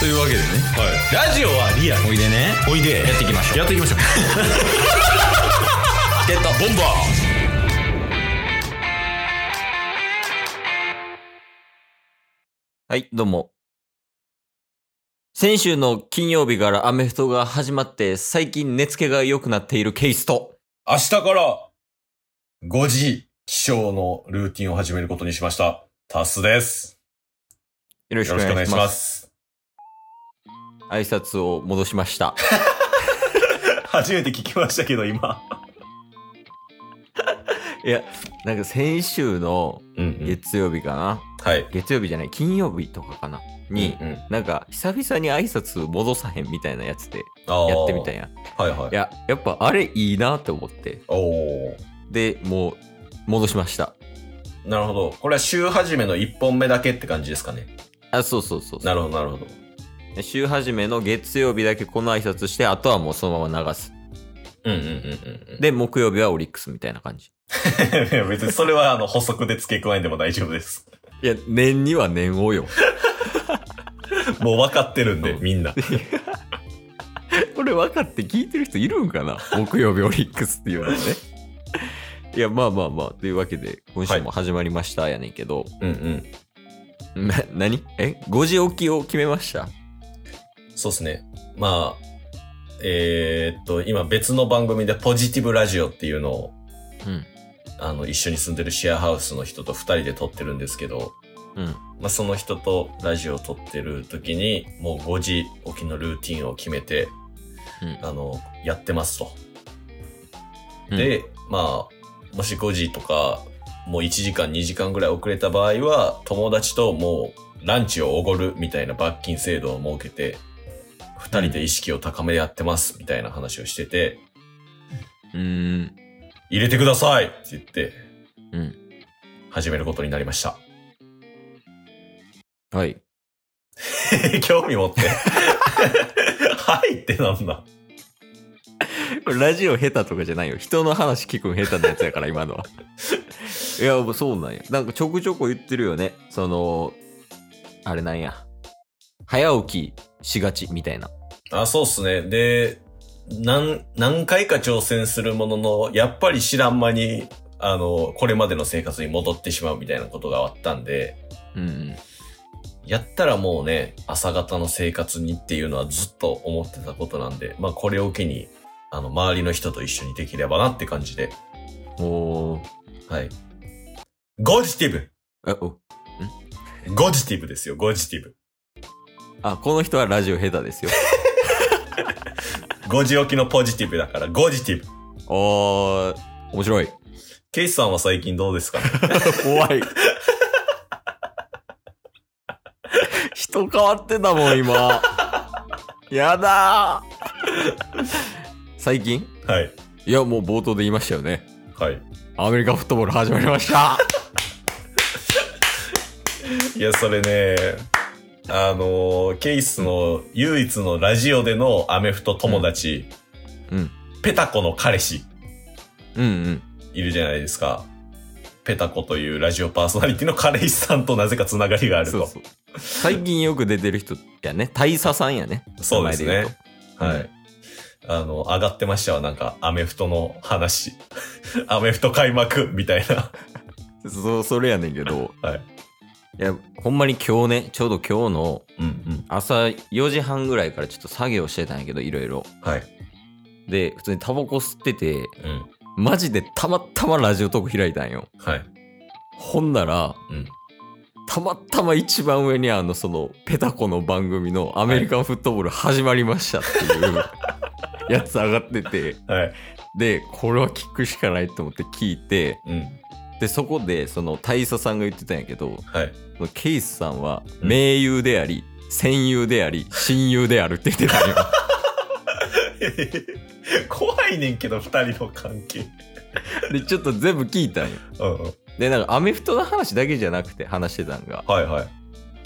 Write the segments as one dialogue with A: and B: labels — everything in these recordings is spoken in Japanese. A: というわけでね、ラジオはリアおいでね
B: おいで
A: やっていきましょう
B: やっていきましょう
A: ゲットボンバーはいどうも先週の金曜日からアメフトが始まって最近寝つけが良くなっているケイスと
C: 明日から5時起床のルーティンを始めることにしました。タスです。
A: よろしく
C: よ
A: お
C: ろしくお
A: 願
C: 願
A: い
C: い
A: し
C: し
A: ま
C: ますす。
A: 挨拶を戻しま した
C: 初めて聞きましたけど、今。
A: いやなんか先週の
C: うん、
A: 月曜日かな、
C: はい。
A: 月曜日じゃない金曜日とかかなに、
C: うんうん
A: なんか久々に挨拶戻さへんみたいなやつで
C: あー
A: やってみたんや
C: はいはい
A: い。ややっぱあれいいなって思って
C: おー。
A: でもう戻しました
C: なるほど。これは週始めの1本目だけって感じですかね。
A: あそうそうそう
C: な
A: そ
C: るほど、なるほど。
A: う週始めの月曜日だけこの挨拶してあとはもうそのまま流す
C: うんうんうんうん
A: で木曜日はオリックスみたいな感じ
C: うん。いや 別にそれはあの補足で付け加えんでも大丈夫です。
A: いや年には年をよ
C: もう分かってるんで、
A: うん
C: みんな。
A: これ分かって聞いてる人いるんか な木曜日オリックスっていうのはねいやまあまあまあというわけで今週も始まりましたやねんけど、
C: うんうん。
A: な何え ?5 時起きを決めました
C: そうですね。まあ、えー、っと、今別の番組でポジティブラジオっていうのを
A: うん。
C: あの、一緒に住んでるシェアハウスの人と二人で撮ってるんですけど、
A: うん。
C: まあ、その人とラジオを撮ってる時に、もう5時起きのルーティンを決めて、
A: うん
C: あの、やってますと。、で、まあ、もし5時とか、もう1時間2時間ぐらい遅れた場合は、友達ともうランチをおごるみたいな罰金制度を設けて、二人で意識を高め合ってますみたいな話をしてて、
A: うん。うん。
C: 入れてくださいって言って、
A: うん。
C: 始めることになりました。
A: はい。
C: 興味持って。 はいってなんだ。
A: これラジオ下手とかじゃないよ。人の話聞くん下手なやつ やから、今のは。いや、もうそうなんや。なんかちょこちょこ言ってるよね。その、あれなんや。早起きしがちみたいな。
C: あ、そうっすね。で、何、何回か挑戦するものの、やっぱり知らん間に、あの、これまでの生活に戻ってしまうみたいなことがあったんで、
A: うんうん。
C: やったらもうね、朝方の生活にっていうのはずっと思ってたことなんで、まあこれを機に、あの、周りの人と一緒にできればなって感じで、
A: おー。
C: はい。ゴジティブ
A: あ、お
C: ゴジティブですよ、ゴジティブ。
A: あ、この人はラジオ下手 ですよ。
C: 5時起きのポジティブだから、ゴジティブ。
A: おー、面白い。
C: ケイスさんは最近どうですか
A: 怖い。人変わってたも ん、今。やだー。最近
C: はい。
A: いや、もう冒頭で言いましたよね。
C: はい。
A: アメリカフットボール始まりま した。
C: いや、それね、あのー、ケイスの唯一のラジオでのアメフト友達、
A: うん。
C: ペタコの彼氏
A: うんうん。
C: いるじゃないですか。ペタコというラジオパーソナリティの彼氏さんとなぜかつながりがあると。
A: そうそう。最近よく出てる人やね。大佐さんやね。
C: そうですね
A: 名前言うと
C: はい。あの、上がってましたわ、なんか、アメフトの話。 アメフト開幕みたいな。
A: と。そう、それやねんけど。
C: はい。
A: いや、ほんまに今日ね、ちょうど今日の
C: うんうん。
A: 朝4時半ぐらいからちょっと作業してたんやけど、いろいろ。
C: はい。
A: で、普通にタバコ吸ってて、
C: うん。
A: マジでたまたまラジオトーク開いたんよ。
C: はい。
A: ほんなら、
C: うん。
A: たまたま一番上にあの、その、ペタコの番組のアメリカンフットボール始まりましたっていう、 やつ上がってて、
C: はい。
A: で、これは聞くしかないと思って聞いて、
C: うん。
A: で、そこで、その、大佐さんが言ってたんやけど、
C: はい。
A: そのケイスさんは、
C: うん
A: 盟友であり、戦友であり、親友であるって言ってたんよ。
C: 怖いねんけど、二人の関係。
A: で、ちょっと全部聞いたんよ。
C: うんうん。
A: で、なんか、アメフトの話だけじゃなくて、話してたんが、
C: はいはい。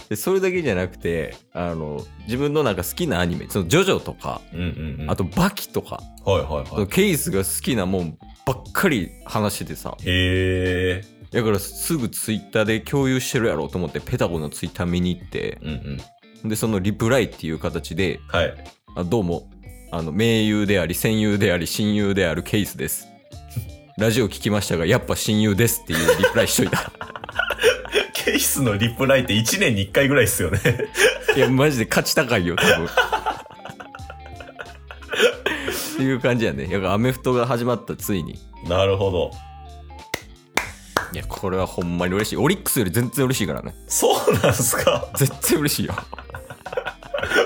A: でそれだけじゃなくてあの自分のなんか好きなアニメそのジョジョとか
C: うんうんうん。
A: あとバキとか、
C: はいはい
A: そ
C: は
A: のケイスが好きなもんばっかり話しててさ
C: い。へえ。
A: だからすぐツイッターで共有してるやろうと思ってペタゴのツイッター見に行って
C: うんうん。
A: で、そのリプライっていう形で、
C: はい。
A: あどうも、あの、盟友であり、戦友であり、親友であるケイスです。ラジオ聞きましたが、やっぱ親友ですっていうリプライしといた。
C: ケイスのリプライって1年に1回ぐらいっすよね。
A: いや、マジで価値高いよ、多分。っていう感じやね。やっぱアメフトが始まった、ついに。
C: なるほど。
A: いや、これはほんまに嬉しい。オリックスより全然嬉しいからね。
C: そうなんすか。
A: 絶対嬉しいよ。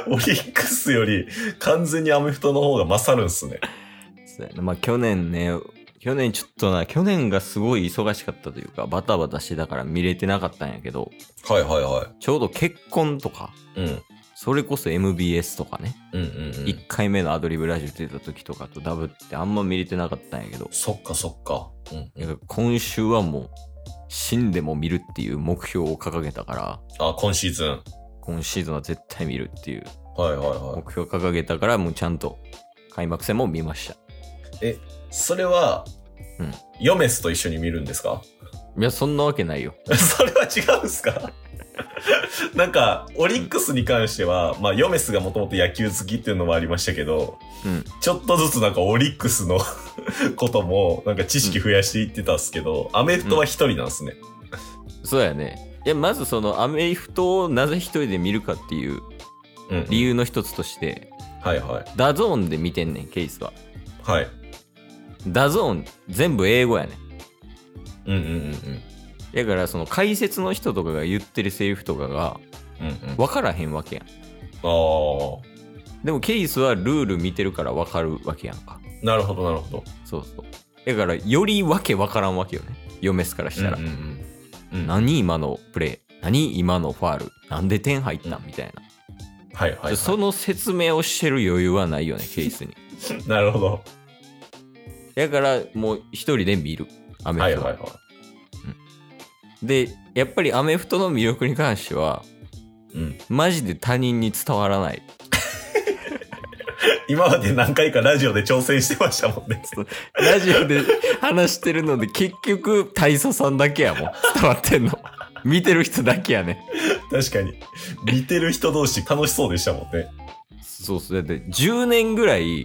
C: オリックスより完全にアメフトの方が勝るんすね。
A: そうやなまあ去年ね、去年ちょっとな、去年がすごい忙しかったというか、バタバタしてたから見れてなかったんやけど、
C: はいはいは
A: ちょうど結婚とか、
C: い。うん。
A: それこそ MBS とかね、
C: うんうんう
A: 一
C: ん。
A: 1回目のアドリブラジオ出た時とかとダブってあんま見れてなかったんやけど、
C: そっかそっか。うん。
A: なんか今週はもう、死んでも見るっていう目標を掲げたから、
C: あ、今シーズン。はい
A: 今シーズンは絶対見るっていう
C: はいはい。
A: 目標を掲げたから、もうちゃんと開幕戦も見ました。
C: それは、
A: うん
C: ヨメスと一緒に見るんですか
A: いや、そんなわけないよ。
C: それは違うんす かなんか、オリックスに関しては、まあ、ヨメスがもともと野球好きっていうのもありましたけど、
A: うん。
C: ちょっとずつなんかオリックスの ことも、なんか知識増やしていってたんすけど、アメフトは一人なんですね。
A: そうやね。いや、まずそのアメフトをなぜ一人で見るかっていう
C: うん。
A: 理由の一つとして、
C: はいはい。
A: ダゾーンで見てんねん、ケースは。
C: はい。
A: ダゾーン全部英語やねん。
C: うんうんうん
A: だからその解説の人とかが言ってるセリフとかが
C: うん。うんうん。あ
A: 分からへんわけやん。
C: あ
A: でもケースはルール見てるから分かるわけやんか。
C: ー。なるほどなるほど。
A: そうそう。だからよりわけ分からんわけよね。嫁すからしたら。
C: うんうんうん。うん
A: 何今のプレー何今のファールなんで点入ったんみたいな、
C: はいはい、はい。
A: その説明をしてる余裕はない よね、ケースに。
C: なるほど。
A: だからもう一人で見るアメ
C: はい
A: フト
C: は
A: は、
C: いはい。
A: でやっぱりアメフトの魅力に関しては
C: うん、
A: マジで他人に伝わらない
C: 今まで何回かラジオで挑戦してましたもんね。
A: ラジオで話してるので結局大佐さんだけやもん伝わってんの見てる人だけやね
C: 確かに。見てる人同士楽しそうでしたもんね。
A: そうそうだって10年ぐらい、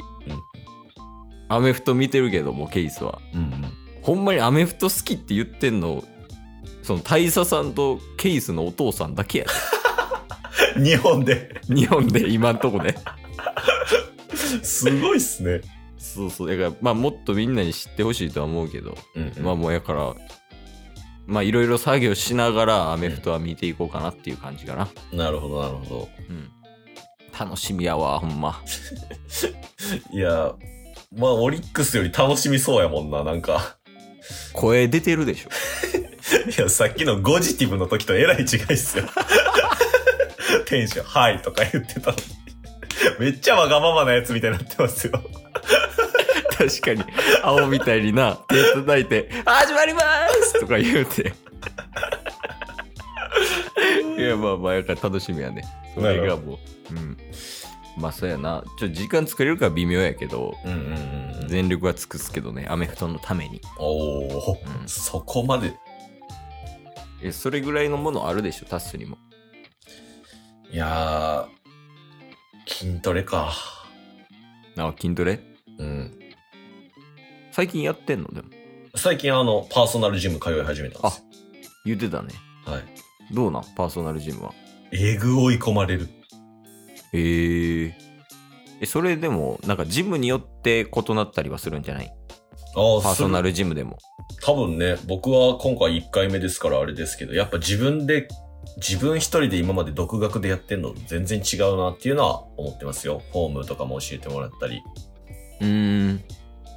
A: アメフト見てるけどもケースは
C: うん
A: ほんまにアメフト好きって言ってんのその大佐さんとケースのお父さんだけやで
C: うん。日本で。
A: 日本で今んとこで、
C: すごいっすね。
A: そうそう。だから、まあ、もっとみんなに知ってほしいとは思うけど、
C: うん
A: まあ、もうやから、まあ、いろいろ作業しながらアメフトは見ていこうかなっていう感じかな。
C: なるほど、なるほ
A: うん。楽しみやわ、ほんま。
C: ど。いや、まあ、オリックスより楽しみそうやもんな、なんか。
A: 声出てるでしょ。
C: いや、さっきのゴジティブの時とえらい違いっすよ。 テンション、はいとか言ってたのに。めっちゃわがままなやつみたいになってますよ。
A: 確かに、青みたいにな、手叩いて、始まりますとか言うて。いや、まあまあ、やから楽しみやね。それがもう。うん。まあ、そうやな。ちょ、時間作れるか微妙やけど、
C: うんうんうん。
A: 全力は尽くすけどね、アメフトのために。
C: おお、
A: うん
C: そこまで。
A: えそれぐらいのものあるでしょタッスにも
C: いやー、筋トレか。
A: あ筋トレ
C: うん。
A: 最近やってんのでも
C: 最近あの、パーソナルジム通い始めたんです
A: 言ってたね
C: よ。はい。
A: どうなんパーソナルジムは
C: えぐ追い込まれる。
A: へーえそれでもなんかジムによって異なったりはするんじゃない
C: ああ、
A: パーソナ
C: ル。
A: ルジムでも
C: 多分ね、僕は今回1回目ですからあれですけど、やっぱ自分で、自分一人で今まで独学でやってんの全然違うなっていうのは思ってますよ。フォームとかも教えてもらったり、
A: うーん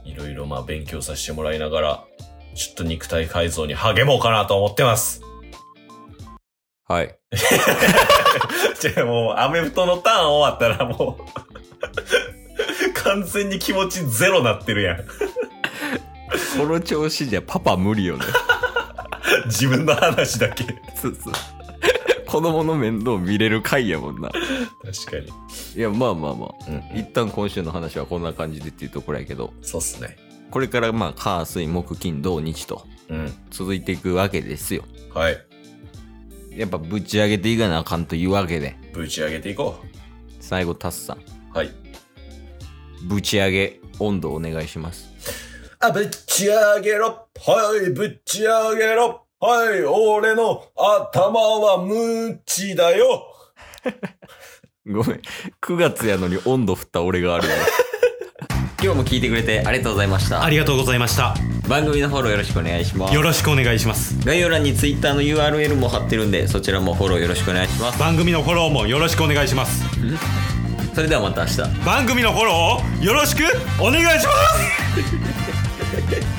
C: いろいろまあ勉強させてもらいながら、ちょっと肉体改造に励もうかなと思ってます。
A: はい
C: じゃあもう、アメフトのターン終わったらもう、 完全に気持ちゼロなってるやん。
A: この調子じゃパパ無理よね
C: 自分の話だけ。確
A: そうそう子供の面倒見れる回やもんな
C: かに。
A: いやまあまあまあ
C: うん。
A: 一旦今週の話はこんな感じでっていうところやけど
C: そうっすね。
A: これからまあ火水木金土日と
C: うん。
A: 続いていくわけですよ
C: はい。
A: やっぱぶち上げていかなあかんというわけで、
C: ぶち上げていこ
A: 最後、タスさん。
C: う。はい。
A: ぶち上げ、温度お願いします。
C: あ、ぶっち上げろはい、ぶっち上げろはい、俺の頭はムチだよ
A: ごめん。9月やのに温度振った俺があるわ 今日も聞いてくれてありがとうございました
B: あ。りがとうございました。
A: 番組のフォローよろしくお願いします
B: よ。ろしくお願いします。
A: 概要欄に Twitter の URL も貼ってるんで、そちらもフォローよろしくお願いします。
B: 番組のフォローもよろしくお願いします。
A: それではまた明日。
B: 番組のフォローをよろしくお願いします